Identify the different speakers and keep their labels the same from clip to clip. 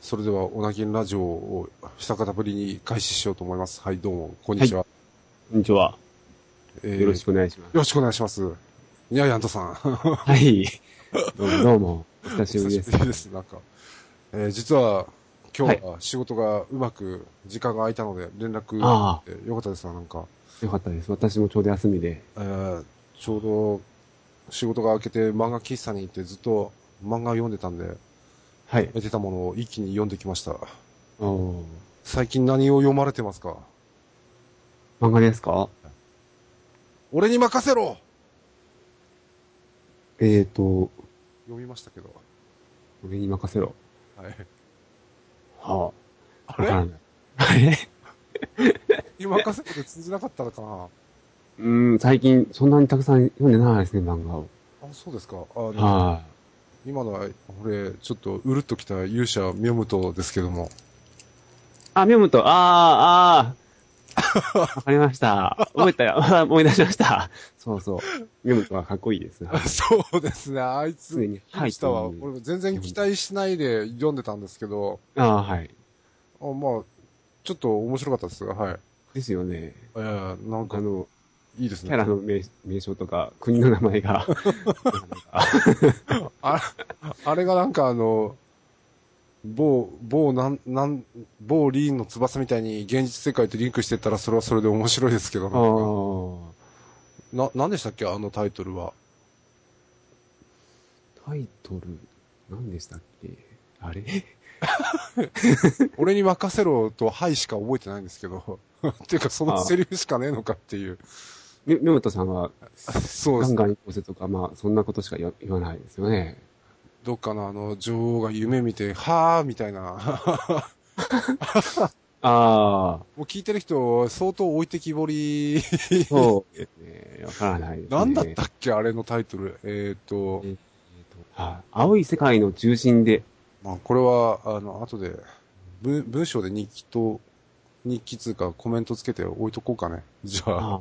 Speaker 1: それでは、オナキンラジオを久方ぶりに開始しようと思います。はい、どうも、こんにちは。
Speaker 2: こんにちは。
Speaker 1: えー
Speaker 2: よろしくお願いします。
Speaker 1: よろしくお願いします。にゃやんとさん。
Speaker 2: はい。どうも、どうも。お久しぶりです。
Speaker 1: 久しぶりです、なんか。えー実は、今日は仕事がうまく時間が空いたので、連絡、
Speaker 2: あ
Speaker 1: えーよかったですわ、なんか。
Speaker 2: あ、よかったです。私もちょうど休みで。
Speaker 1: えーちょうど、仕事が明けて漫画喫茶に行ってずっと漫画を読んでたんで、
Speaker 2: はい。
Speaker 1: 得てたものを一気に読んできました。
Speaker 2: おー
Speaker 1: 最近何を読まれてますか
Speaker 2: 漫画ですか
Speaker 1: 俺に任せろ
Speaker 2: えーと、
Speaker 1: 読みましたけど。
Speaker 2: 俺に任せろ。
Speaker 1: はい。
Speaker 2: は
Speaker 1: あ
Speaker 2: あ。わから
Speaker 1: れ
Speaker 2: ない。あれ
Speaker 1: 今任せて通じなかったのかな
Speaker 2: うーん、最近、そんなにたくさん読んでないですね、漫画を。
Speaker 1: あ、そうですか。あの、
Speaker 2: は
Speaker 1: 今のは、俺、ちょっと、うるっときた勇者、ミョムトですけども。
Speaker 2: い。あ、ミョムと、あ ー、あー。わかりました。覚えたよ。 あ思い出しました。そうそう。ミョムとはかっこいいです。はい
Speaker 1: そうですね、あい
Speaker 2: 常
Speaker 1: つ、
Speaker 2: に、はい。
Speaker 1: したわ。
Speaker 2: という
Speaker 1: 俺、全然期待しないで読んでたんですけど、
Speaker 2: ああ、はい。
Speaker 1: あまあ、ちょっと面白かったです。はい。
Speaker 2: ですよね。
Speaker 1: えー、なん
Speaker 2: あ
Speaker 1: か、
Speaker 2: の、
Speaker 1: いいです
Speaker 2: キャラ
Speaker 1: ね。
Speaker 2: の名名称とか、国の名 前が、
Speaker 1: ああれがなんか、あの、某、某、なん、なん、某リーンの翼みたいに現実世界とリンクしてったら、それはそれで面白いですけど、
Speaker 2: あ
Speaker 1: ね、
Speaker 2: ー
Speaker 1: な、なんでしたっけ、あのタイトルは。
Speaker 2: タイトル、何でしたっけあれ
Speaker 1: 俺に任せろと、はいしか覚えてないんですけ ど。っていうか、そのセリフしかねえのかっていう。
Speaker 2: ミミョムトさんは、
Speaker 1: そうで
Speaker 2: ガ
Speaker 1: すね。
Speaker 2: ンガン行せとか、まあ、そんなことしか言わ言わないですよね。
Speaker 1: どっかのあの、女王が夢見て、はぁ、みたいな。
Speaker 2: あ
Speaker 1: もう聞いてる人、相当置いてきぼり。
Speaker 2: あ、そうですね。わからないですね。
Speaker 1: なんだったっけ、あれのタイトル。えっ、と、
Speaker 2: はい青い世界の中心で、
Speaker 1: まあ、これは、あの、後で、文、文章で日記と、日記つうかコメントつけて置いとこうかね。じゃあ、
Speaker 2: あー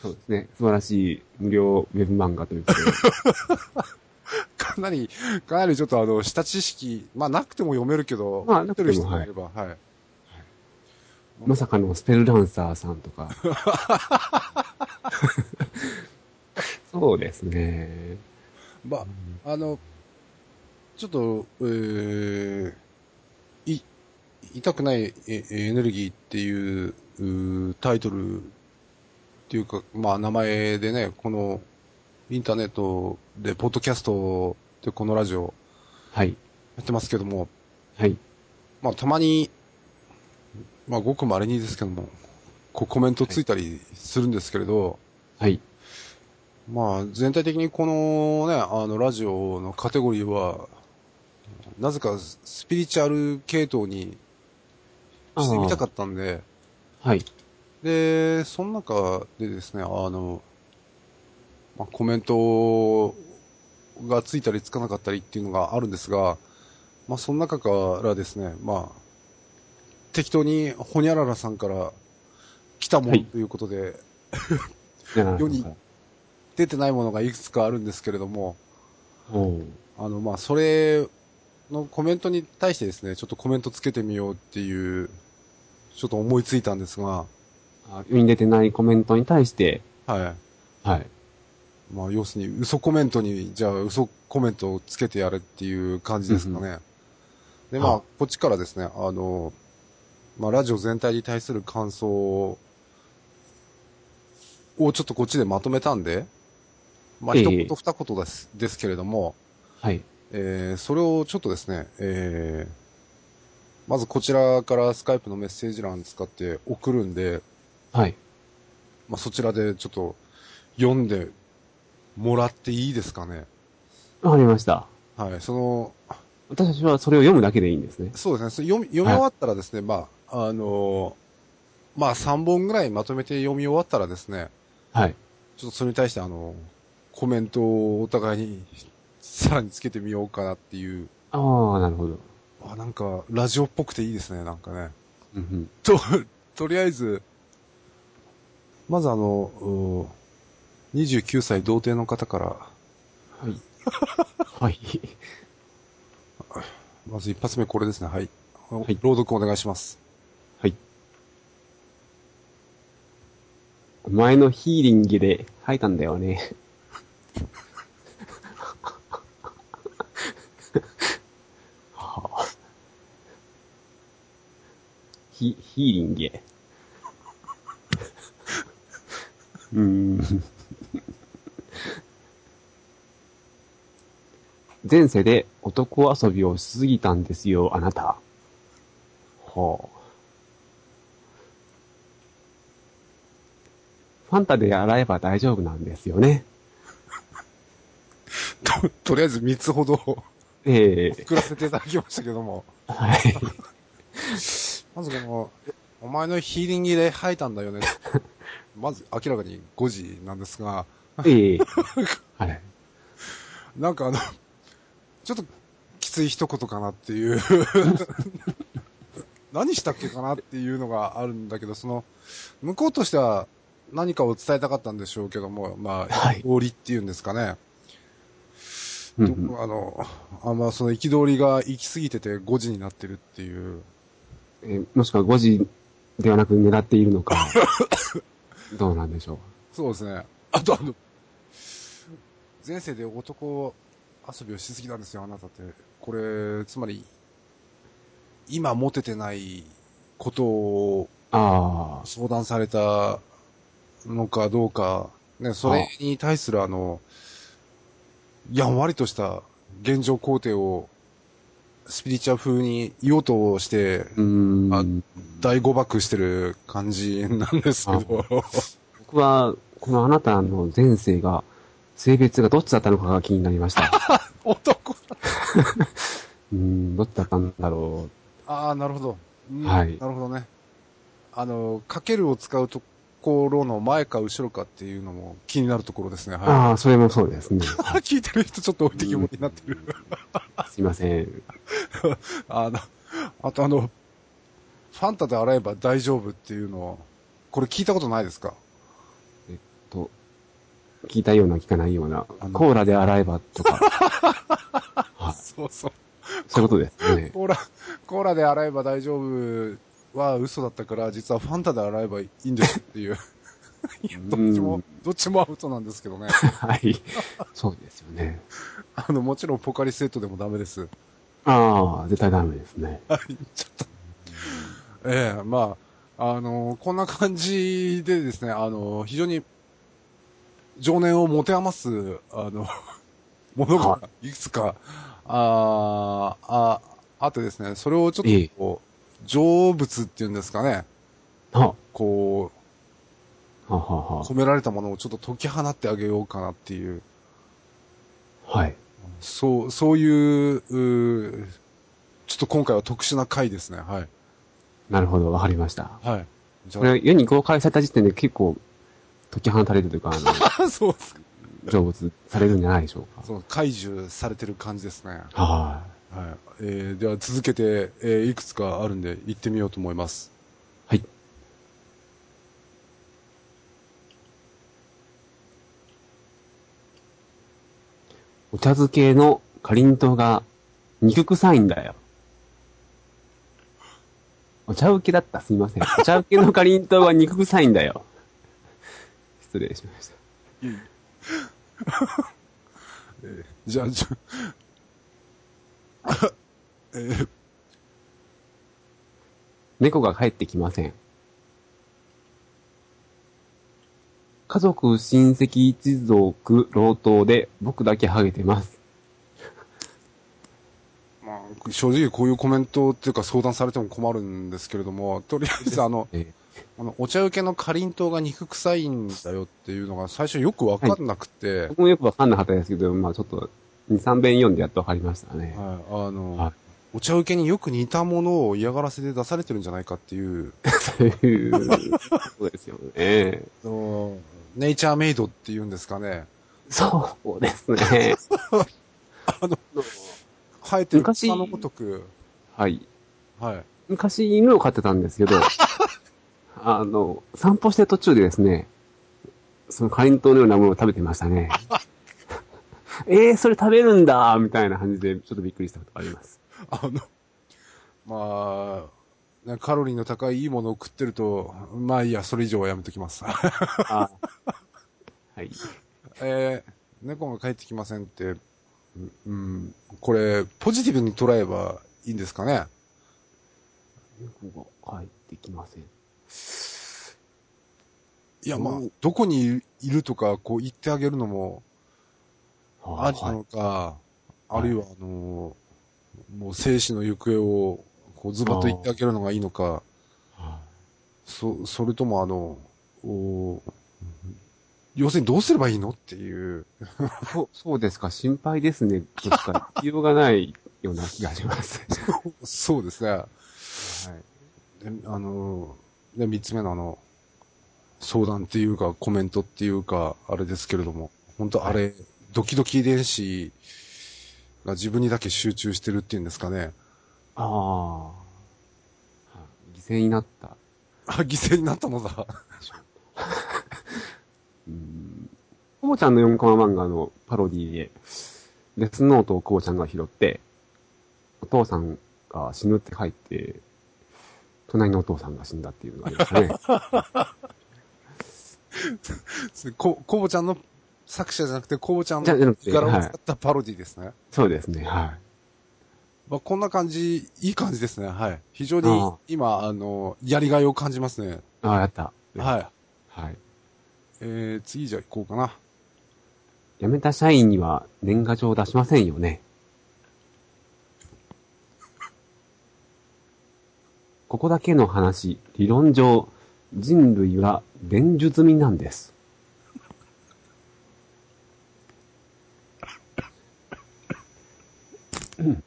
Speaker 2: そうですね。素晴らしい無料ウェブ漫画ということで。
Speaker 1: かなり、かなりちょっとあの、下知識、まあ、なくても読めるけど、
Speaker 2: まあ
Speaker 1: 持ってる人
Speaker 2: なくても
Speaker 1: もいれば、はい。
Speaker 2: まさかのスペルランサーさん とか。そうですね。
Speaker 1: まあ、あの、ちょっと、えー、い、痛くないえエネルギーっていううータイトルっていうか、まあ名前でね、このインターネットで、ポッドキャストでこのラジオ
Speaker 2: はい。
Speaker 1: やってますけども、
Speaker 2: はい。
Speaker 1: まあたまに、まあごく稀にですけども、こうコメントついたりするんですけれど、
Speaker 2: はい。
Speaker 1: まあ、全体的にこのね、あの、ラジオのカテゴリーは、なぜかスピリチュアル系統にしてみたかったんで、
Speaker 2: はい。
Speaker 1: で、その中でですね、あの、まあ、コメントがついたりつかなかったりっていうのがあるんですが、まあ、その中からですね、まあ、適当にホニャララさんから来たも
Speaker 2: は
Speaker 1: ん
Speaker 2: い
Speaker 1: ということで、
Speaker 2: じゃあ、
Speaker 1: 世に出てないものがいくつかあるんですけれども、
Speaker 2: おう
Speaker 1: あの、まあ、それのコメントに対してですね、ちょっとコメントつけてみようっていう、ちょっと思いついたんですが、
Speaker 2: あ世に出てないコメントに対して、
Speaker 1: は
Speaker 2: はい。
Speaker 1: い。まあ、要するに、嘘コメントに、じゃあ嘘コメントをつけてやれっていう感じですかね。で、まあ
Speaker 2: は、
Speaker 1: こっちからですね、あの、まあ、ラジオ全体に対する感想を、ちょっとこっちでまとめたんで、まあ、
Speaker 2: ええ
Speaker 1: 一言二言です、ですけれども、
Speaker 2: はい。
Speaker 1: えーそれをちょっとですね、えーまずこちらからスカイプのメッセージ欄使って送るんで、
Speaker 2: はい。
Speaker 1: まあ、そちらでちょっと読んでもらっていいですかね。
Speaker 2: わかりました。
Speaker 1: はい、その、
Speaker 2: 私たちはそれを読むだけでいいんですね。
Speaker 1: そうですね、それ読み読み終わったらですね、まあ、あのーまあ3本ぐらいまとめて読み終わったらですね、
Speaker 2: はい。
Speaker 1: ちょっとそれに対してあの、コメントをお互いにさらにつけてみようかなっていう、
Speaker 2: ああ、なるほど。
Speaker 1: あ、なんかラジオっぽくていいですね、なんかね。
Speaker 2: うんうん。
Speaker 1: と、とりあえず、まずあの、うー29歳童貞の方から、
Speaker 2: はい。はい。
Speaker 1: まず一発目これですね。はい。
Speaker 2: い
Speaker 1: 朗読お願いします。
Speaker 2: はい。お前のヒーリングで吐いたんだよね。はあヒヒーリング。うーん。前世で男遊びをしすぎたんですよ、あなた。はあ。ファンタで洗えば大丈夫なんですよね。
Speaker 1: と、とりあえず3つほど
Speaker 2: ええ
Speaker 1: 作らせていただきましたけども。
Speaker 2: はい。
Speaker 1: まずこの、お前のヒーリングで吐いたんだよね。まず明らかに5時なんですが、
Speaker 2: ええ はい。
Speaker 1: なんかあの、 ちょっときつい一言かなっていう。 何したっけかなっていうのがあるんだけど、その、向こうとしては何かを伝えたかったんでしょうけども、まあ、
Speaker 2: はい
Speaker 1: 憤りっていうんですかね。
Speaker 2: うんう
Speaker 1: と
Speaker 2: ん
Speaker 1: あの、あまあ、その憤りが行き過ぎてて5時になってるっていう。
Speaker 2: えーもしくは5時ではなく狙っている のか。どうなんでしょう。
Speaker 1: そうですね。あとあの、前世で男遊びをしすぎたんですよ、あなたって。これ、つまり、今モテてないことを
Speaker 2: あ
Speaker 1: 相談されたのかどうか、ね、それに対するあの、やんわりとした現状肯定をスピリチュアル風に言おうとして
Speaker 2: あ。うーん。
Speaker 1: あ大誤爆してる感じなんですけど。
Speaker 2: 僕は、このあなたの前世が、性別がどっちだったのかが気になりました。
Speaker 1: 男
Speaker 2: うーん、どっちだったんだろ
Speaker 1: ああ、なるほど。うん
Speaker 2: はい
Speaker 1: なるほどね。あの、かけるを使うところの前か後ろかっていうのも気になるところですね。
Speaker 2: う。
Speaker 1: は
Speaker 2: ああ、それもそうですね。
Speaker 1: い。聞いてる人ちょっと置いてきぼりになってる。
Speaker 2: すいません。
Speaker 1: あの、あとあの、ファンタで洗えば大丈夫っていうのこれ聞いたことないですか
Speaker 2: えっと、聞いたような聞かないような
Speaker 1: あ、の
Speaker 2: コーラで洗えば とか、はい
Speaker 1: そうそう。
Speaker 2: そういうことですね。
Speaker 1: コーラ、コーラで洗えば大丈夫は嘘だったから、実はファンタで洗えばいいんですっていう。いや、どっち
Speaker 2: う
Speaker 1: も
Speaker 2: ん、
Speaker 1: どっちもアウトなんですけどね。
Speaker 2: はい。そうですよね。
Speaker 1: あの、もちろんポカリスエットでもダメです。
Speaker 2: ああ、絶対ダメですね。
Speaker 1: ええまあ、あのこんな感じでですね、あの非常に、情念を持て余す、あの、 もの
Speaker 2: は
Speaker 1: がいくつか、あーあ、あってですね、それをちょ
Speaker 2: ええ
Speaker 1: っとこう、成仏っていうんですかね、
Speaker 2: は
Speaker 1: こ
Speaker 2: あ、はあ、
Speaker 1: う、
Speaker 2: は
Speaker 1: 込められたものをちょっと解き放ってあげようかなっていう、
Speaker 2: あ、はい。
Speaker 1: そう、そういう、うーちょっと今回は特殊な回ですね、はい。
Speaker 2: なるほど、わかりました。
Speaker 1: はい。じ
Speaker 2: これ、世に公開された時点で結構、解き放たれるというか、あ の、
Speaker 1: あ、 そうですか。
Speaker 2: 成仏されるんじゃないでしょうか。
Speaker 1: そう、解除されてる感じですね。
Speaker 2: は
Speaker 1: はい。えー、では続けて、えーいくつかあるんで、行ってみようと思います。
Speaker 2: い。はい。お茶漬けのかりんとうが肉臭いんだよ。お茶受けだった。すいません。お茶受けのかりんとうが肉臭いんだよ。失礼しました。
Speaker 1: じゃあ、じゃあえー
Speaker 2: 猫が帰ってきません。家族、親戚、一族、老頭で僕だけハゲてます。
Speaker 1: まあ、正直こういうコメントっていうか相談されても困るんですけれども、とりあえずあの、
Speaker 2: えー
Speaker 1: あのお茶受けのかりんとうが肉臭いんだよっていうのが最初よくわかんなくて、はい、
Speaker 2: 僕もよくわかんなかったですけど、まあちょっと、2、3遍読んでやっとわかりましたね。
Speaker 1: あの、
Speaker 2: はい
Speaker 1: お茶受けによく似たものを嫌がらせで出されてるんじゃないかっていう、
Speaker 2: そういう、そうですよね。
Speaker 1: あのネイチャーメイドっていうんですかね。
Speaker 2: そうですね。
Speaker 1: あの、生えてる
Speaker 2: 昔
Speaker 1: 草のごとく、
Speaker 2: はい。
Speaker 1: はい。
Speaker 2: 昔犬を飼ってたんですけ ど、あの、散歩してる途中でですね、そのかりんとうのようなものを食べてました ね。えー、それ食べるんだみたいな感じで、ちょっとびっくりしたことがあります。
Speaker 1: あの、まあ、なんかカロリーの高いいいものを食ってると、まあいいや、それ以上はやめときます。
Speaker 2: あはい。
Speaker 1: えー猫が帰ってきませんって、ううん、これ、ポジティブに捉えばいいんですかね
Speaker 2: 猫が帰ってきません。
Speaker 1: いや、まあ
Speaker 2: うん、
Speaker 1: どこにいるとか、こう言ってあげるのも、ありな
Speaker 2: はい
Speaker 1: のか、あるいは、あの、もう生死の行方を、こう、ズバッと言ってあげるのがいいのか、
Speaker 2: は
Speaker 1: そ、それともあの、お要するにどうすればいいのっていう。
Speaker 2: いそう、そうですか。心配ですね。と しか言いようがないような気がします。
Speaker 1: そうですね。
Speaker 2: はい。
Speaker 1: であの、で、三つ目のあの、相談っていうか、コメントっていうか、あれですけれども、本当あれ、ドキドキ遺伝子が自分にだけ集中してるっていうんですかね。
Speaker 2: ああ。はい犠牲になった。
Speaker 1: あ、犠牲になったのだ。
Speaker 2: うんコボちゃんの4コマ漫画のパロディで、デスノートをコボちゃんが拾って、お父さんが死ぬって書いて、隣のお父さんが死んだっていうのがありま したね。
Speaker 1: こ、こぼちゃんの作者じゃなくて、こぼちゃん
Speaker 2: じゃじゃな
Speaker 1: の
Speaker 2: くて
Speaker 1: 柄を
Speaker 2: はい
Speaker 1: 使ったパロディですね。
Speaker 2: そうですね、はい。
Speaker 1: まあ、こんな感じ、いい感じですね。はい。非常
Speaker 2: あ
Speaker 1: に
Speaker 2: あ
Speaker 1: 今、あの、やりがいを感じますね。
Speaker 2: ああ、やった。
Speaker 1: はい。
Speaker 2: はい。
Speaker 1: えー、次じゃあ行こうかな。
Speaker 2: 辞めた社員には年賀状を出しませんよね。ここだけの話、理論上、人類は伝授済みなんです。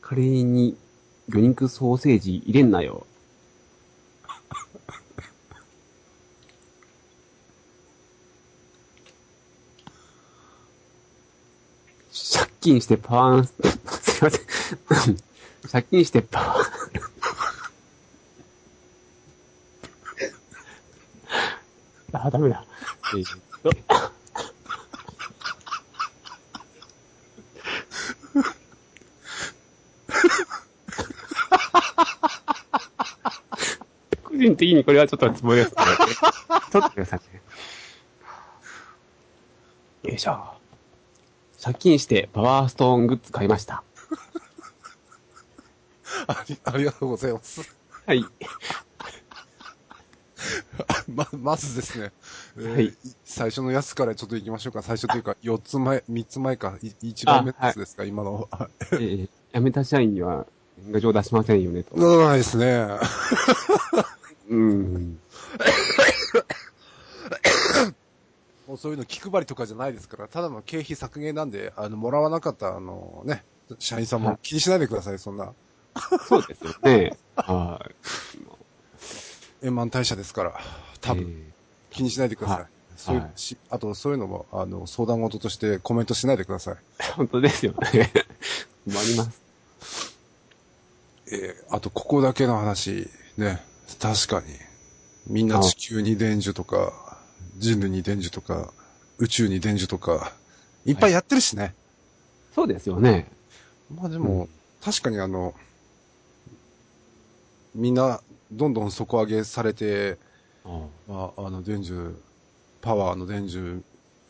Speaker 2: カレーに魚肉ソーセージ入れんなよ。借金してパワー、すいません。借金してパワー。あ、ダメだ。えーっと。 個人的にこれはちょっとつぼですね。 ちょっとくださいね。よいしょ。借金してパワーストーングッズ買いました。
Speaker 1: ありありがとうございます。
Speaker 2: はい。
Speaker 1: ま、まずですね、えー
Speaker 2: はい
Speaker 1: 最初のやつからちょっと行きましょうか。最初というか、4つ前、3つ前か、い一番目のやつですか、今 の。はい
Speaker 2: えー、辞めた社員には年賀状出しませんよねと。
Speaker 1: ならないですね。
Speaker 2: うん。
Speaker 1: もうそういうの気配りとかじゃないですから、ただの経費削減なんで、あの、もらわなかった、あのね、社員さんも気にしないでください、そんな。
Speaker 2: そうですよ ね。はい。
Speaker 1: 円満退社ですから、多分、気にしないでください。
Speaker 2: はい
Speaker 1: そういう
Speaker 2: はい
Speaker 1: し、あと、そういうのも、あの、相談事としてコメントしないでください。
Speaker 2: えー本当ですよね。 困ります。
Speaker 1: えーあと、ここだけの話、ね、確かに、みんな地球に伝授とか、人類に伝授とか、宇宙に伝授とか、いっぱいやってるしね。
Speaker 2: そうですよね。
Speaker 1: まあでも、確かにあの、みんな、どんどん底上げされて、まあ、あの、伝授、パワーの伝授、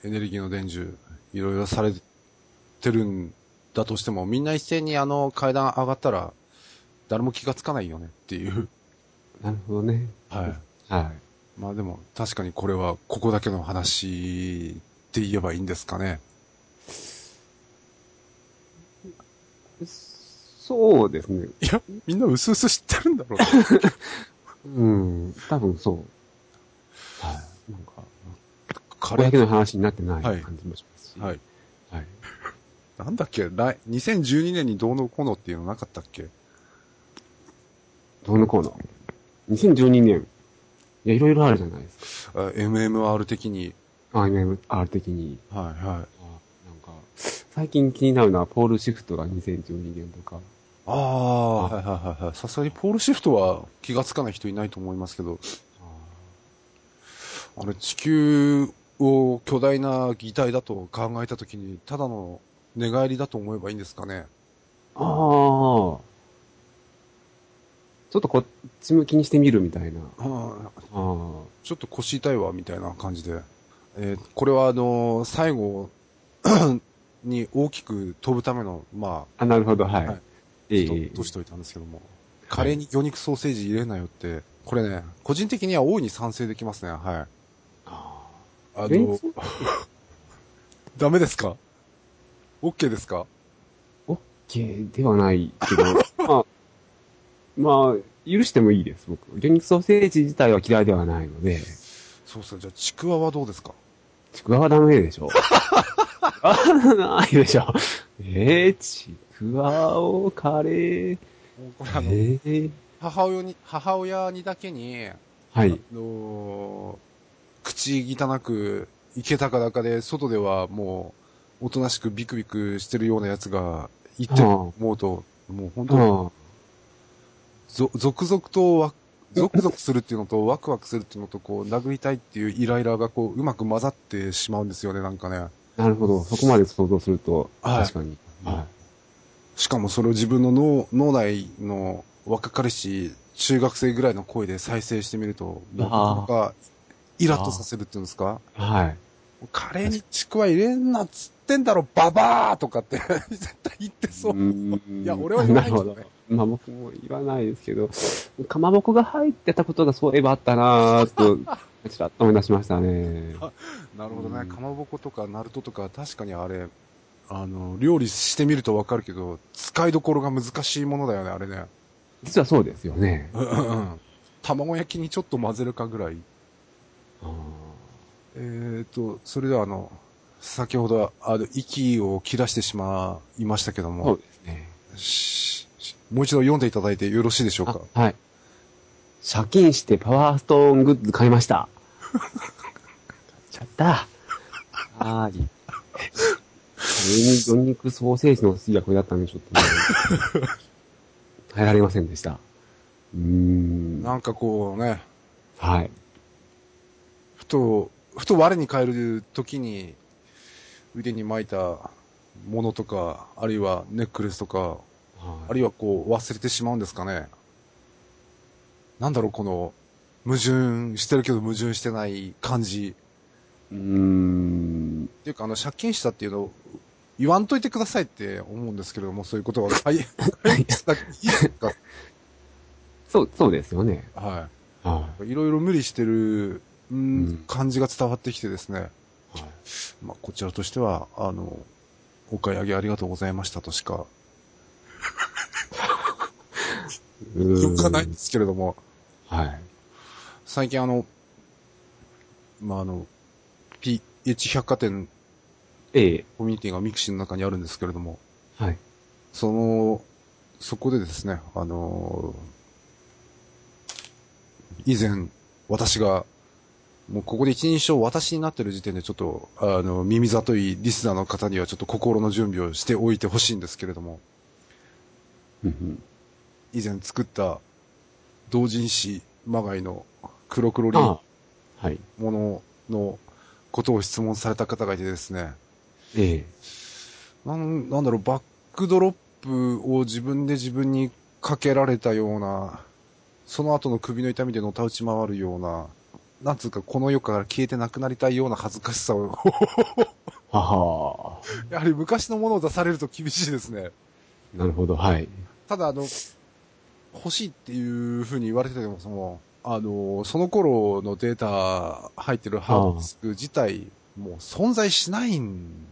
Speaker 1: エネルギーの伝授、いろいろされてるんだとしても、みんな一斉にあの階段上がったら、誰も気がつかないよねっていう。
Speaker 2: なるほどね。
Speaker 1: はい。
Speaker 2: は
Speaker 1: まあでも、確かにこれは、ここだけの話って言えばいいんですかね。
Speaker 2: い。そうですね。
Speaker 1: いや、みんな薄々知ってるんだろう
Speaker 2: うん。多分そう。はい。なんか、こ
Speaker 1: カ
Speaker 2: れ
Speaker 1: レ
Speaker 2: だけ
Speaker 1: ー。
Speaker 2: の話になってない
Speaker 1: はい
Speaker 2: 感じもしますし。。
Speaker 1: はいい。
Speaker 2: はい。
Speaker 1: なんだっけ来、2012年にどうのこうのっていうのなかったっけ
Speaker 2: どうのこうの。2012年。いや、いろいろあるじゃないですか。
Speaker 1: あ ?MMR 的に。
Speaker 2: IMR 的に。
Speaker 1: はいはい。
Speaker 2: なんか、最近気になるのはポールシフトが2012年とか。
Speaker 1: ああ、はいはいはいはい。さすがにポールシフトは気がつかない人いないと思いますけど、あれ地球を巨大な擬態だと考えたときに、ただの寝返りだと思えばいいんですかね。
Speaker 2: ああちょっとこっち向きにしてみるみたいな。
Speaker 1: ああ、
Speaker 2: ああ。
Speaker 1: ちょっと腰痛いわ、みたいな感じで。えーこれはあのー最後 に大きく飛ぶための、ま
Speaker 2: あ、なるほど、はい。
Speaker 1: はいあ、
Speaker 2: え
Speaker 1: ちょっと落としておいたんですけども。カレーに魚肉ソーセージ入れなよって、これね、個人的には大いに賛成できますね、はい。
Speaker 2: あ
Speaker 1: あ
Speaker 2: え
Speaker 1: の、ダメですか ?OK ですか
Speaker 2: オッケーではないけど、 まあ、まあ、許してもいいです、僕。魚肉ソーセージ自体は嫌いではないので、
Speaker 1: そうですね、じゃあちくわはどうですか
Speaker 2: ちくわはダメ でしょ。 あーないでしょ。えー、ちくわをカレー。
Speaker 1: これ
Speaker 2: え
Speaker 1: あの、
Speaker 2: ー、
Speaker 1: 母親に、母親にだけに、
Speaker 2: はい。
Speaker 1: あのー口汚く、池高々で、外ではもう、おとなしくビクビクしてるようなやつが、いてると思うと、もう本当に、
Speaker 2: あ
Speaker 1: ぞ、続々とわ、続々するっていうのと、ワクワクするっていうのと、こう、殴りたいっていうイライラが、こう、うまく混ざってしまうんですよね、なんかね。
Speaker 2: あ、なるほど。そこまで想像すると、
Speaker 1: はい
Speaker 2: 確かに。は
Speaker 1: しかもそれを自分の脳、脳内の若かりし、中学生ぐらいの声で再生してみると、なかなか、イラッとさせるっていうんですか
Speaker 2: い。はい。
Speaker 1: カレーにちくわ入れんなっつってんだろ、ババーとかって 絶対言ってそう。
Speaker 2: い
Speaker 1: いや、俺は言わないけど
Speaker 2: なるほ
Speaker 1: ね
Speaker 2: ど。。まあ僕も言わないですけど、かまぼこが入ってたことがそういえばあった なぁと、ちらっと思い出しましたね。
Speaker 1: なるほど
Speaker 2: う
Speaker 1: ね。
Speaker 2: ん
Speaker 1: かまぼことかナルトとか、確かにあれ、あの、料理してみるとわかるけど、使いどころが難しいものだよね、あれね。
Speaker 2: 実はそうですよね。
Speaker 1: 卵焼きにちょっと混ぜるかぐらい。
Speaker 2: あー
Speaker 1: えーと、それではあの、先ほど、あの、息を切らしてしまいましたけど
Speaker 2: そ
Speaker 1: も
Speaker 2: う、ですね。
Speaker 1: ししもう一度読んでいただいてよろしいでしょうか。
Speaker 2: あはい。借金してパワーストーングッズ買いました。買っちゃった。はーい。上に魚肉ソーセージの次はこれだったんで、ちょっとね、耐えられませんでした。うーん。
Speaker 1: なんかこうね、
Speaker 2: はい。
Speaker 1: ふと、ふと我に返る時に、腕に巻いたものとか、あるいはネックレスとか、あ
Speaker 2: あ
Speaker 1: るいはこう忘れてしまうんですかね。なんだろう、この、矛盾してるけど矛盾してない感じ。
Speaker 2: うー
Speaker 1: っ
Speaker 2: ん。
Speaker 1: ていうか、あの、借金したっていうのを、言わんといてくださいって思うんですけれども、そういう ことは。はい。いいですか
Speaker 2: そう、そうですよね。
Speaker 1: は。
Speaker 2: はい
Speaker 1: いろいろ無理してる、う
Speaker 2: うんん、
Speaker 1: 感じが伝わってきてですね。
Speaker 2: い。
Speaker 1: まあ、こちらとしては、あの、お買い上げありがとうございましたとしか、
Speaker 2: う
Speaker 1: よくはないんですけれども、
Speaker 2: はい。
Speaker 1: 最近あの、まあ、あの、PH 百貨店
Speaker 2: ええ。
Speaker 1: コミュニティがミクシーの中にあるんですけれども、
Speaker 2: はい。
Speaker 1: その、そこでですね、あの、以前、私が、もうここで一人称私になってる時点でちょっと、あの、耳ざといリスナーの方にはちょっと心の準備をしておいてほしいんですけれども、
Speaker 2: うん
Speaker 1: 以前作った同人誌まがいの黒黒
Speaker 2: うん
Speaker 1: リン
Speaker 2: ああ。はい。
Speaker 1: もののことを質問された方がいてですね、
Speaker 2: ええ。
Speaker 1: なんなんだろう、バックドロップを自分で自分にかけられたような、その後の首の痛みでのたうち回るような、なんつうかこの世から消えてなくなりたいような恥ずかしさを、
Speaker 2: はは
Speaker 1: やはり昔のものを出されると厳しいですね。
Speaker 2: なるほど、はい。
Speaker 1: ただ、あの、欲しいっていう風に言われてても、その、あの、その頃のデータ入ってるハードディスク自体、もう存在しないん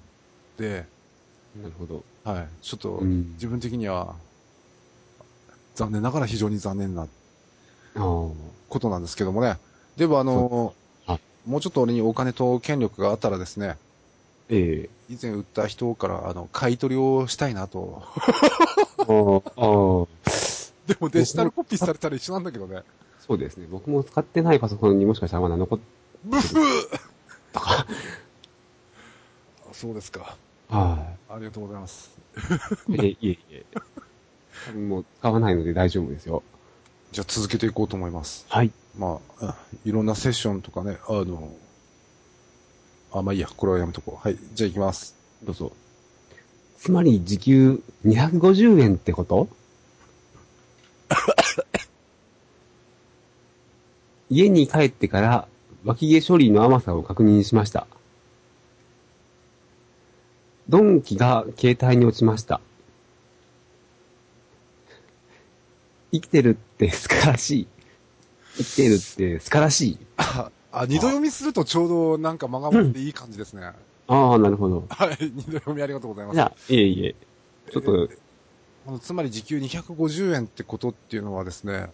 Speaker 1: で、
Speaker 2: なるほど。
Speaker 1: はい。ちょっと
Speaker 2: う、ん
Speaker 1: 自分的には、残念ながら非常に残念な
Speaker 2: ああ。
Speaker 1: ことなんですけどもね。でも、あの、
Speaker 2: そうはい
Speaker 1: もうちょっと俺にお金と権力があったらですね、
Speaker 2: ええ。
Speaker 1: 以前売った人から、あの、買い取りをしたいなと。
Speaker 2: ああ。ああ。そ
Speaker 1: でもデジタルコピーされたら一緒なんだけどね。
Speaker 2: うですね。僕も使ってないパソコンにもしかしたらまだ残っ
Speaker 1: ブフーあ そうですか。
Speaker 2: は
Speaker 1: ありがとうございます。
Speaker 2: い。ええ、いえいえ。多分もう使わないので大丈夫ですよ。
Speaker 1: じゃあ続けていこうと思います。
Speaker 2: はい。
Speaker 1: まあ、うんいろんなセッションとかね、あの、あ、まあいいや、これはやめとこう。はい、じゃあ行きます。
Speaker 2: どうぞ。つまり時給250円ってこと家に帰ってから脇毛処理の甘さを確認しました。ドンキが携帯に落ちました。生きてるって素晴らしい。生きてるって素晴らしい。
Speaker 1: あ、あ二度読みするとちょうどなんか漫画もっていい感じですね。
Speaker 2: ああ、なるほど。
Speaker 1: はい、二度読みありがとうございます
Speaker 2: じ。ゃあ、いえいえ。ちょっと、
Speaker 1: あのつまり時給250円ってことっていうのはですね、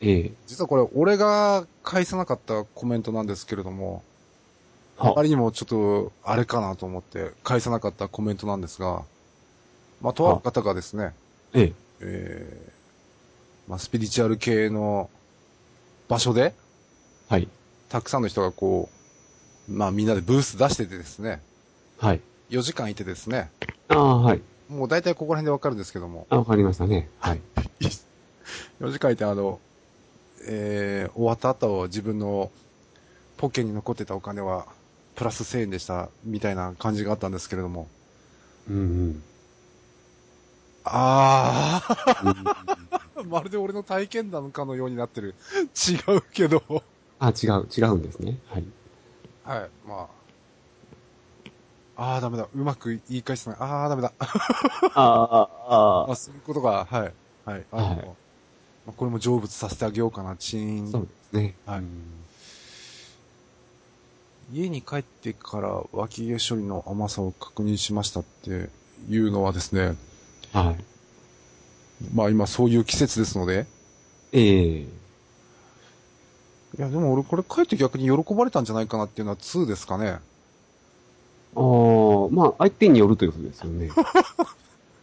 Speaker 2: ええ。
Speaker 1: 実はこれ俺が返さなかったコメントなんですけれども、あま
Speaker 2: は、
Speaker 1: りにもちょっとあれかなと思って返さなかったコメントなんですが、まあ、とある方がですね、
Speaker 2: ええ。
Speaker 1: えー、まあ、スピリチュアル系の場所で、
Speaker 2: はい。
Speaker 1: たくさんの人がこう、まあみんなでブース出しててですね、
Speaker 2: はい。
Speaker 1: 4時間いてですね、
Speaker 2: ああ、はい。
Speaker 1: もう大体ここら辺でわかるんですけども、
Speaker 2: あ、わかりましたね。はい。
Speaker 1: 4時間いてあの、えー、終わった後自分のポッケに残ってたお金は、プラス1000円でした、みたいな感じがあったんですけれども、
Speaker 2: うんうん。
Speaker 1: あー、 まるで俺の体験談かのようになってる。違うけど。
Speaker 2: あ、違う、違うんですね。はい。
Speaker 1: はい、まあ。ああ、ダメだ。うまく言い返せない。ああ、ダメだ。
Speaker 2: ああ、
Speaker 1: あそういうことが、はい。はい。あの
Speaker 2: はい
Speaker 1: まあ、これも成仏させてあげようかな、チーン。
Speaker 2: そうですね。
Speaker 1: はい
Speaker 2: うん
Speaker 1: 家に帰ってから脇毛処理の甘さを確認しましたっていうのはですね、
Speaker 2: はい。
Speaker 1: まあ今そういう季節ですので、
Speaker 2: ええ
Speaker 1: いやでも俺これ帰って逆に喜ばれたんじゃないかなっていうのは2ですかね。
Speaker 2: ああ、まあ、相手によるということですよ ね。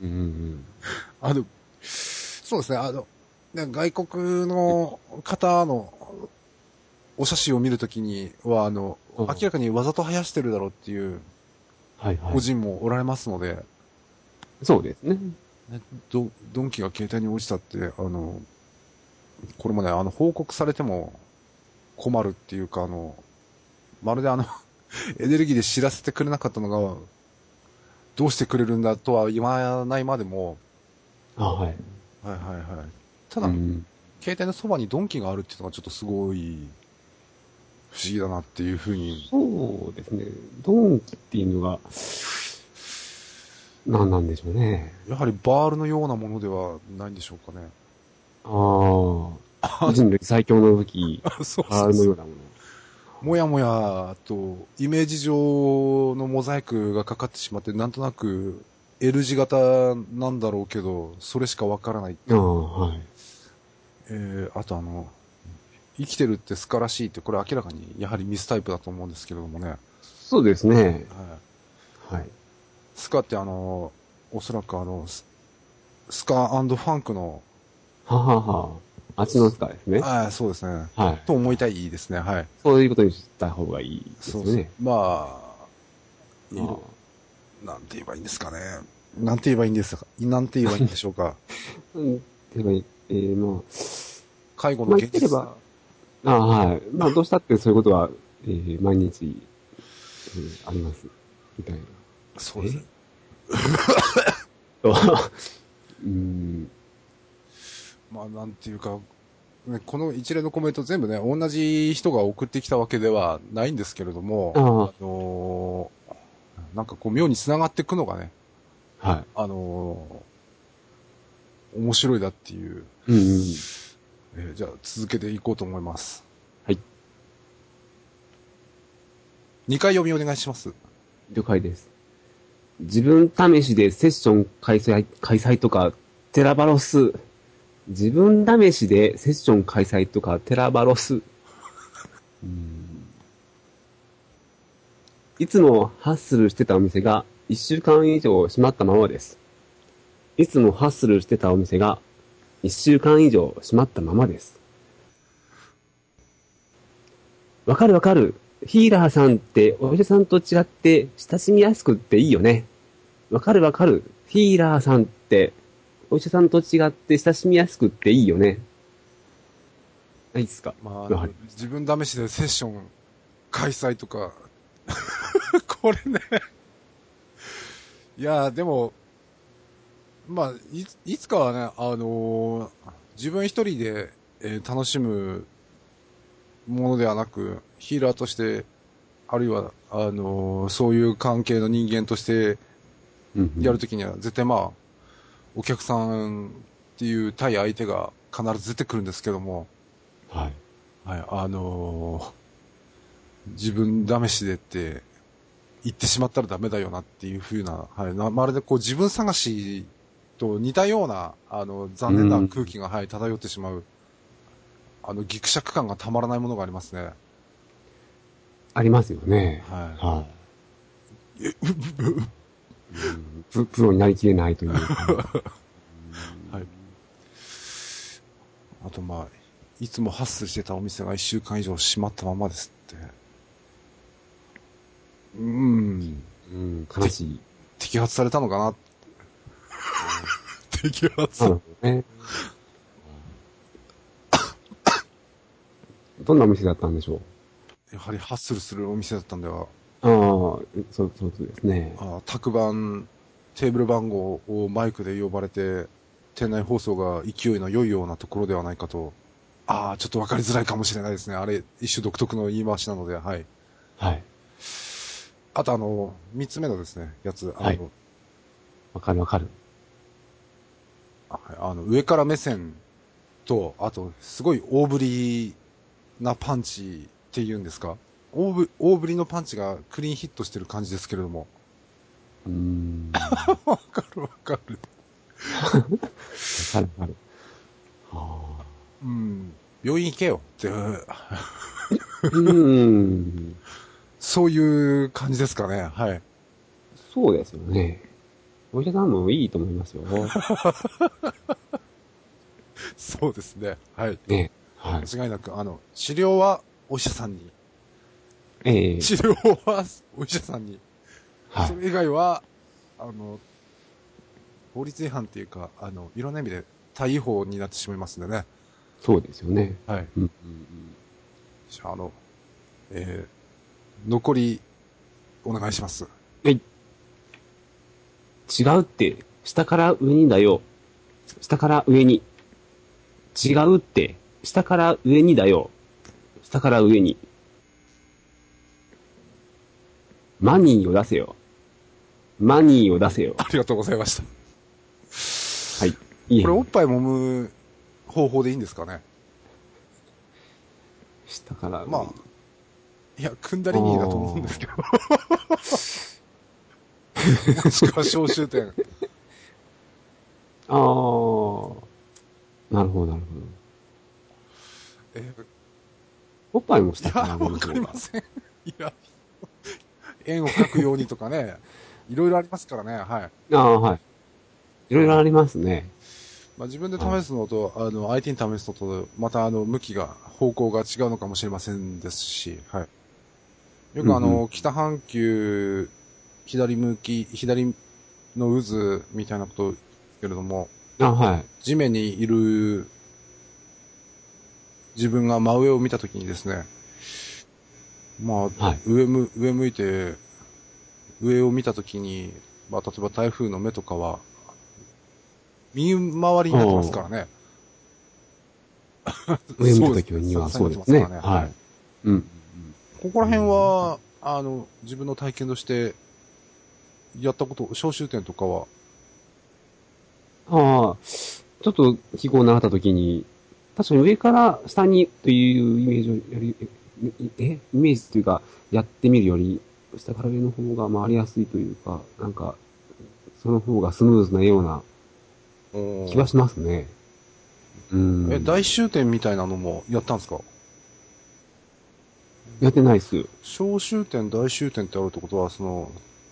Speaker 2: うんうん。
Speaker 1: あの、そうですね、あの、ね外国の方のお写真を見るときには、あの、
Speaker 2: うん
Speaker 1: 明らかにわざと生やしてるだろうっていう
Speaker 2: はいは
Speaker 1: 個
Speaker 2: い。
Speaker 1: 人もおられますので、
Speaker 2: そうですね。
Speaker 1: ねドドンキが携帯に落ちたって、あの、これもね、あの、報告されても困るっていうか、あの、まるであの、 エネルギーで知らせてくれなかったのが、どうしてくれるんだとは言わないまでも、
Speaker 2: あはい。
Speaker 1: はいはいはい。ただ、
Speaker 2: たうん、
Speaker 1: 携帯のそばにドンキがあるっていうのがちょっとすごい、不思議だなっていうふうに。
Speaker 2: そうですね。ドンキっていうのが、何なんでしょうね。
Speaker 1: やはりバールのようなものではないんでしょうかね。
Speaker 2: ああ、人類最強の 武器、
Speaker 1: そう
Speaker 2: あのようなもの。
Speaker 1: もやもやと、イメージ上のモザイクがかかってしまって、なんとなく L 字型なんだろうけど、それしかわからない。
Speaker 2: ああ、はい。
Speaker 1: えー、あとあの、生きてるって素晴らしいって、これ明らかにやはりミスタイプだと思うんですけれどもね。
Speaker 2: そうですね。
Speaker 1: はい
Speaker 2: はい。
Speaker 1: スカってあの、おそらくあの、ススカファンクの、
Speaker 2: ははは。あっちのスカですね。
Speaker 1: ああ、そうですね。
Speaker 2: はい。
Speaker 1: と思いたいですね、はい。
Speaker 2: そういうことにした方がいいです
Speaker 1: そ
Speaker 2: よ
Speaker 1: うです
Speaker 2: ね
Speaker 1: ね。。まあ、い
Speaker 2: ま
Speaker 1: ろ、なんて言えばいいんですかね。なんて言えばいいんですか、なんて言えばいいんでしょう か。
Speaker 2: あうん。例えば、えー、まあ、
Speaker 1: 介護
Speaker 2: ま
Speaker 1: の
Speaker 2: あ、
Speaker 1: 現
Speaker 2: 生きてれ
Speaker 1: 実。
Speaker 2: ば、ああはい。まあ、どうしたってそういうことは、えー、毎日、えー、あります。みたいな。
Speaker 1: そうですね。
Speaker 2: と うん。
Speaker 1: まあ、なんていうか、ねこの一連のコメント全部ね、同じ人が送ってきたわけではないんですけれども、
Speaker 2: ああ
Speaker 1: あのーなんかこう妙に繋がっていくのがね、
Speaker 2: は
Speaker 1: あのー面白いだっていう。
Speaker 2: い。うん
Speaker 1: え
Speaker 2: うん。
Speaker 1: ーじゃあ続けていこうと思います。
Speaker 2: はい。
Speaker 1: 2回読みお願いします。
Speaker 2: 了解です。自分試しでセッション開催、開催とか、テラバロス。自分試しでセッション開催とか、テラバロス。うんいつもハッスルしてたお店が、一週間以上閉まったままです。いつもハッスルしてたお店が、一週間以上閉まったままです。わかるわかる。ヒーラーさんってお医者さんと違って親しみやすくっていいよね。わかるわかる。ヒーラーさんってお医者さんと違って親しみやすくっていいよね。ないっすか
Speaker 1: まあ、あ
Speaker 2: は
Speaker 1: の
Speaker 2: い
Speaker 1: 自分試しでセッション開催とか。 これね。いや、でも、まあ、いついつかはね、あのー自分一人で、えー楽しむものではなく、ヒーラーとして、あるいは、あの、そういう関係の人間として
Speaker 2: うんうん
Speaker 1: やるときには、絶対まあ、お客さんっていう対相手が必ず出てくるんですけども、
Speaker 2: はい。
Speaker 1: はい、あのー自分試しでって、言ってしまったらダメだよなっていう風な、はい、なまるでこう自分探しと似たような、あの、残念な空気が、はい、漂ってしまう、あの、ギクシャク感がたまらないものがありますね。
Speaker 2: ありますよね。
Speaker 1: は
Speaker 2: はい。プ プロになりきれない というか。
Speaker 1: い。あとまあ、いつもハッスルしてたお店が一週間以上閉まったままですって。うん。
Speaker 2: うん、悲しい。
Speaker 1: 摘発されたのか な摘発
Speaker 2: なるほど ね。どんなお店だったんでしょう
Speaker 1: やはりハッスルするお店だったんでは、
Speaker 2: ああ、そう、そうですね。
Speaker 1: あ卓番、テーブル番号をマイクで呼ばれて、店内放送が勢いの良いようなところではないかと。ああ、ちょっとわかりづらいかもしれないですね。あれ、一種独特の言い回しなので、はい。
Speaker 2: はい。
Speaker 1: あとあの、三つ目のですね、やつ、あの、
Speaker 2: はいわかるわかる。
Speaker 1: はいあの上から目線と、あと、すごい大振りなパンチっていうんですか大ぶ大振りのパンチがクリーンヒットしてる感じですけれども。
Speaker 2: うーん。わ
Speaker 1: わかるわかる。
Speaker 2: かる わかる。ああ。
Speaker 1: うん。病院行けよって、
Speaker 2: うーん。
Speaker 1: そういう感じですかね。はい。
Speaker 2: そうですよね。お医者さんもいいと思いますよ。
Speaker 1: そうですね。はい。
Speaker 2: ね。 はい。
Speaker 1: 間違いなく、あの、治療はお医者さんに。
Speaker 2: ええ
Speaker 1: 治療はお医者さんに。
Speaker 2: は
Speaker 1: そ
Speaker 2: い。
Speaker 1: れ以外は、あの、法律違反っていうか、あの、いろんな意味で対違法になってしまいますんでね。
Speaker 2: そうですよね。
Speaker 1: はい。
Speaker 2: うん。
Speaker 1: じゃあ、あの、えー、残り、お願いします。
Speaker 2: 違うって、下から上にだよ。下から上に。違うって、下から上にだよ。下から上に。マニーを出せよ。マニーを出せよ。
Speaker 1: ありがとうございました。
Speaker 2: はい。いいえ
Speaker 1: これ、おっぱい揉む方法でいいんですかね
Speaker 2: 下から上に。
Speaker 1: まあ、いや、組んだりにだと思うんですけど。 もしくは消臭点。
Speaker 2: あー。なるほど、なるほど。
Speaker 1: えー
Speaker 2: おっぱいも下
Speaker 1: い
Speaker 2: から
Speaker 1: や、
Speaker 2: 上
Speaker 1: わ
Speaker 2: に
Speaker 1: かりません。いや、円を描くようにとかね、いろいろありますからね、はい。
Speaker 2: ああ、はい。いろいろありますね。
Speaker 1: まあ、自分で試すのと、あの、相手に試すのと、また、あの、向きが、方向が違うのかもしれませんですし、はい。よくあの、
Speaker 2: うん
Speaker 1: 北半球、左向き、左の渦みたいなことを言うけれども、
Speaker 2: あはい。
Speaker 1: 地面にいる自分が真上を見たときにですね、まあ、
Speaker 2: はい
Speaker 1: 上む、上向いて、上を見たときに、まあ、例えば台風の目とかは、右回りになってますからね。
Speaker 2: 上見た時には
Speaker 1: そ
Speaker 2: そうう
Speaker 1: です
Speaker 2: ですね。
Speaker 1: そうですからね
Speaker 2: はい。うん。
Speaker 1: ここら辺は、あの、自分の体験として、やったこと、招集点とかは、
Speaker 2: ああ、ちょっと記号を習った時に、確かに上から下にというイメージをやり、え、えイメージというか、やってみるより、下から上の方が回りやすいというか、なんか、その方がスムーズなような気はしますね。うん。
Speaker 1: え、大終点みたいなのもやったんですか
Speaker 2: やってないっす。
Speaker 1: 小終点、大終点ってあるってことは、その、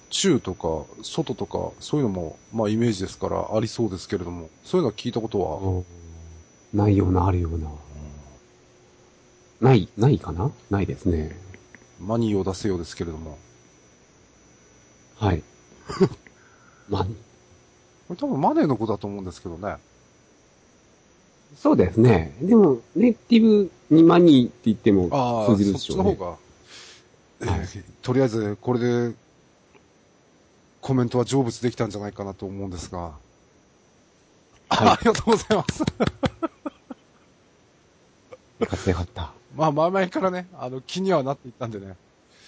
Speaker 1: 中とか、外とか、そういうのも、まあ、イメージですから、ありそうですけれども、そういうのは聞いたことは、
Speaker 2: ないような、あるような。ない、ないかなないですね。
Speaker 1: マニーを出せようですけれども、
Speaker 2: はい。 まあ、
Speaker 1: これ多分マネーのことだと思うんですけどね。
Speaker 2: そうですね。でも、ネイティブにマニーって言っても
Speaker 1: ああ、そ
Speaker 2: 通
Speaker 1: っ
Speaker 2: じるでし
Speaker 1: ち
Speaker 2: ょ
Speaker 1: の
Speaker 2: う
Speaker 1: 方
Speaker 2: ね。
Speaker 1: が、えーとりあえず、これで、コメントは成仏できたんじゃないかなと思うんです が、
Speaker 2: はい
Speaker 1: ありがとうございます。
Speaker 2: よかったよかった。
Speaker 1: まあ、前々からね、あの、気にはなっていったんでね。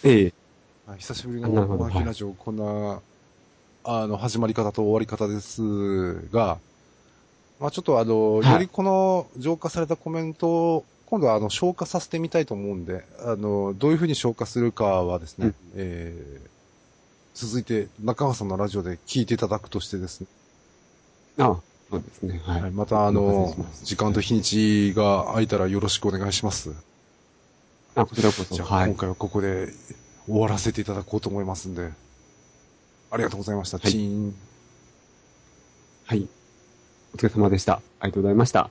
Speaker 2: ええ。
Speaker 1: はい、久しぶり
Speaker 2: な
Speaker 1: の
Speaker 2: るほど
Speaker 1: マキラジオ、こんな、あの、始まり方と終わり方ですが、まあちょっとあの、
Speaker 2: はい
Speaker 1: よりこの浄化されたコメントを、今度はあの、消化させてみたいと思うんで、あの、どういうふうに消化するかはですね、
Speaker 2: うん
Speaker 1: えー、続いて中川さんのラジオで聞いていただくとしてですね、
Speaker 2: ああそうですね。はい。
Speaker 1: はい、またあ
Speaker 2: お
Speaker 1: の
Speaker 2: 願いします、
Speaker 1: 時間と日にちが空いたらよろしくお願いします。
Speaker 2: あ、こちらこそ。
Speaker 1: じゃあ、
Speaker 2: はい
Speaker 1: 今。回はここで終わらせていただこうと思いますんで、ありがとうございました。
Speaker 2: はい
Speaker 1: チーン。
Speaker 2: はい。お疲れ様でした。ありがとうございました。